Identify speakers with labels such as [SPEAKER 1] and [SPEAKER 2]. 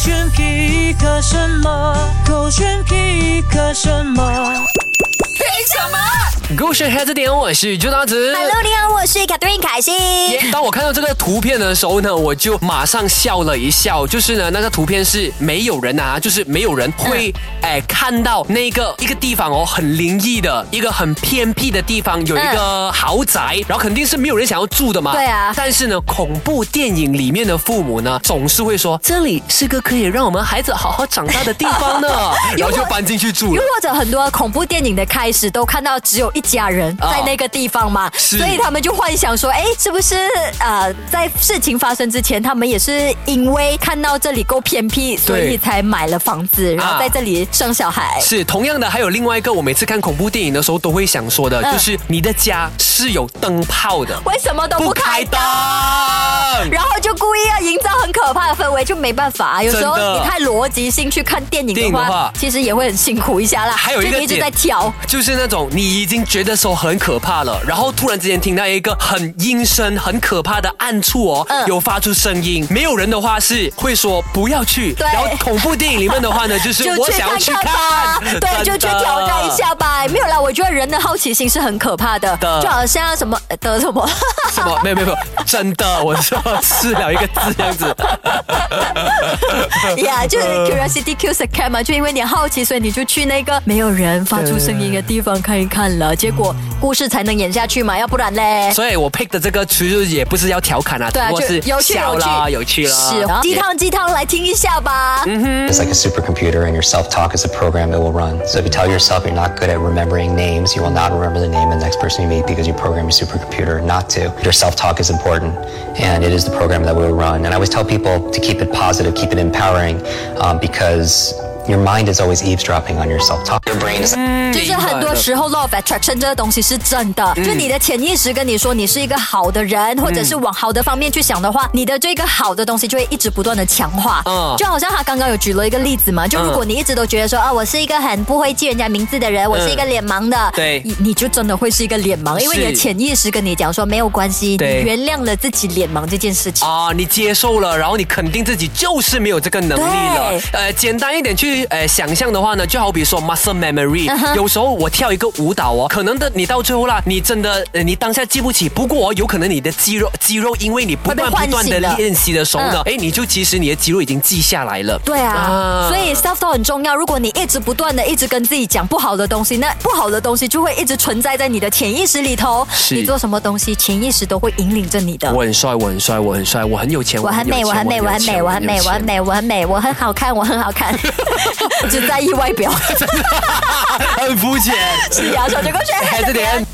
[SPEAKER 1] 选皮克什么？狗选皮克什么？
[SPEAKER 2] 凭什么？
[SPEAKER 3] 勾选黑字点，我是朱大子。
[SPEAKER 2] Hello，你好，我是 Catherine 凯欣。
[SPEAKER 3] 当我看到这个图片的时候呢，我就马上笑了一笑。就是呢，那个图片是没有人啊，就是没有人
[SPEAKER 2] 嗯
[SPEAKER 3] 会哎、看到那个一个地方哦，很灵异的一个很偏僻的地方，有一个豪宅，然后肯定是没有人想要住的嘛。
[SPEAKER 2] 嗯对啊
[SPEAKER 3] 但是呢，恐怖电影里面的父母呢，总是会说这里是个可以让我们孩子好好长大的地 方呢， 然后就搬进去住
[SPEAKER 2] 又
[SPEAKER 3] 了。
[SPEAKER 2] 或者很多恐怖电影的开始都看到只有一家人
[SPEAKER 3] 啊
[SPEAKER 2] 在那个地方嘛，
[SPEAKER 3] 是
[SPEAKER 2] 所以他们就幻想说，哎，是不是呃，在事情发生之前，他们也是因为看到这里够偏僻，所以才买了房子，然后在这里生小孩。
[SPEAKER 3] 是，同样的，还有另外一个，我每次看恐怖电影的时候都会想说的，
[SPEAKER 2] 嗯
[SPEAKER 3] 就是你的家是有灯泡的，
[SPEAKER 2] 为什么都不开灯？然后就故意要营造很可怕的氛围，就没办法、啊有时候
[SPEAKER 3] 真的
[SPEAKER 2] 你太逻辑性去看电影的
[SPEAKER 3] 电影
[SPEAKER 2] 话，
[SPEAKER 3] 的话
[SPEAKER 2] 其实也会很辛苦一下啦。
[SPEAKER 3] 还有一个
[SPEAKER 2] 就你一直
[SPEAKER 3] 点
[SPEAKER 2] 在挑，
[SPEAKER 3] 就是那种你已经觉得说很可怕了，然后突然之间听到一个很阴森、很可怕的暗处哦，
[SPEAKER 2] 嗯
[SPEAKER 3] 有发出声音。没有人的话是会说不要去，
[SPEAKER 2] 对
[SPEAKER 3] 然后恐怖电影里面的话呢，就是
[SPEAKER 2] 就
[SPEAKER 3] 我
[SPEAKER 2] 去
[SPEAKER 3] 想要
[SPEAKER 2] 看
[SPEAKER 3] 去
[SPEAKER 2] 看吧
[SPEAKER 3] 看，，
[SPEAKER 2] 对，就去
[SPEAKER 3] 真的
[SPEAKER 2] 挑战一。下吧。没有啦，我觉得人的好奇心是很可怕的，
[SPEAKER 3] 的
[SPEAKER 2] 就好像什么呃的什么，
[SPEAKER 3] 什么？没有没有没有，真的，我说 吃了一个字这样子。
[SPEAKER 2] 呀，就是
[SPEAKER 3] 嗯
[SPEAKER 2] curiosity kills the cat 嘛，就因为你好奇，所以你就去那个没有人发出声音的地方看一看了，结果故事才能演下去嘛，要不然嘞。
[SPEAKER 3] 所以我 pick 的这个其实也不是要调侃啊，
[SPEAKER 2] 哎对啊，就
[SPEAKER 3] 只不过是
[SPEAKER 2] 有趣
[SPEAKER 3] 笑
[SPEAKER 2] 有
[SPEAKER 3] 啦，
[SPEAKER 2] 趣
[SPEAKER 3] 有趣啦。啊
[SPEAKER 2] 是鸡汤鸡汤来听一下吧。
[SPEAKER 4] It's like a supercomputer, and your self talk is a program it will run. So if you tell yourself you're not good at remembering names, you will not remember the name of the next person you meet because you program your supercomputer not to. Your self talk is important, and it is the program that will run. And I always tell people to keep it positive, keep it empowering, um, because your mind is always eavesdropping on your self talk. Your brain is.
[SPEAKER 2] 就是很多时候 law of attraction 这个东西是真的，
[SPEAKER 3] 嗯
[SPEAKER 2] 就你的潜意识跟你说你是一个好的人，或者是往好的方面去想的话，你的这个好的东西就会一直不断的强化。
[SPEAKER 3] 嗯
[SPEAKER 2] 就好像他刚刚有举了一个例子嘛，就如果你一直都觉得说啊，我是一个很不会记人家名字的人，我是一个脸盲的，
[SPEAKER 3] 对
[SPEAKER 2] 你你就真的会是一个脸盲，因为
[SPEAKER 3] 嗯是
[SPEAKER 2] 你的潜意识跟你讲说没有关系，你
[SPEAKER 3] 对
[SPEAKER 2] 原谅了自己脸盲这件事情。
[SPEAKER 3] 啊，你接受了，然后你肯定自己就是没有这个能力了
[SPEAKER 2] 对。
[SPEAKER 3] 呃，简单一点去呃想象的话呢，就好比说 muscle memory，、
[SPEAKER 2] 嗯
[SPEAKER 3] 有时候我跳一个舞蹈哦，可能的你到最后啦，你真的、呃、你当下记不起，不过、哦、有可能你的肌肉肌肉因为你不
[SPEAKER 2] 会被
[SPEAKER 3] 断
[SPEAKER 2] 唤
[SPEAKER 3] 不断的
[SPEAKER 2] 醒了
[SPEAKER 3] 练习的时候呢，哎、你就其实你的肌肉已经记下来了。
[SPEAKER 2] 嗯对啊，所以 self talk 很重要。如果你一直不断的一直跟自己讲不好的东西，那不好的东西就会一直存在在你的潜意识里头。
[SPEAKER 3] 是
[SPEAKER 2] 你做什么东西，潜意识都会引领着你的。
[SPEAKER 3] 我很帅，我很帅，我很帅，我很有钱，
[SPEAKER 2] 我很
[SPEAKER 3] 有
[SPEAKER 2] 美，
[SPEAKER 3] 钱
[SPEAKER 2] 我很美，我很美，我很美，我很。美，我很美，我很好看，我很好 看， 只在意外表。
[SPEAKER 3] 有钱 很肤浅。
[SPEAKER 2] 是啊，小杰哥选
[SPEAKER 3] 还是点。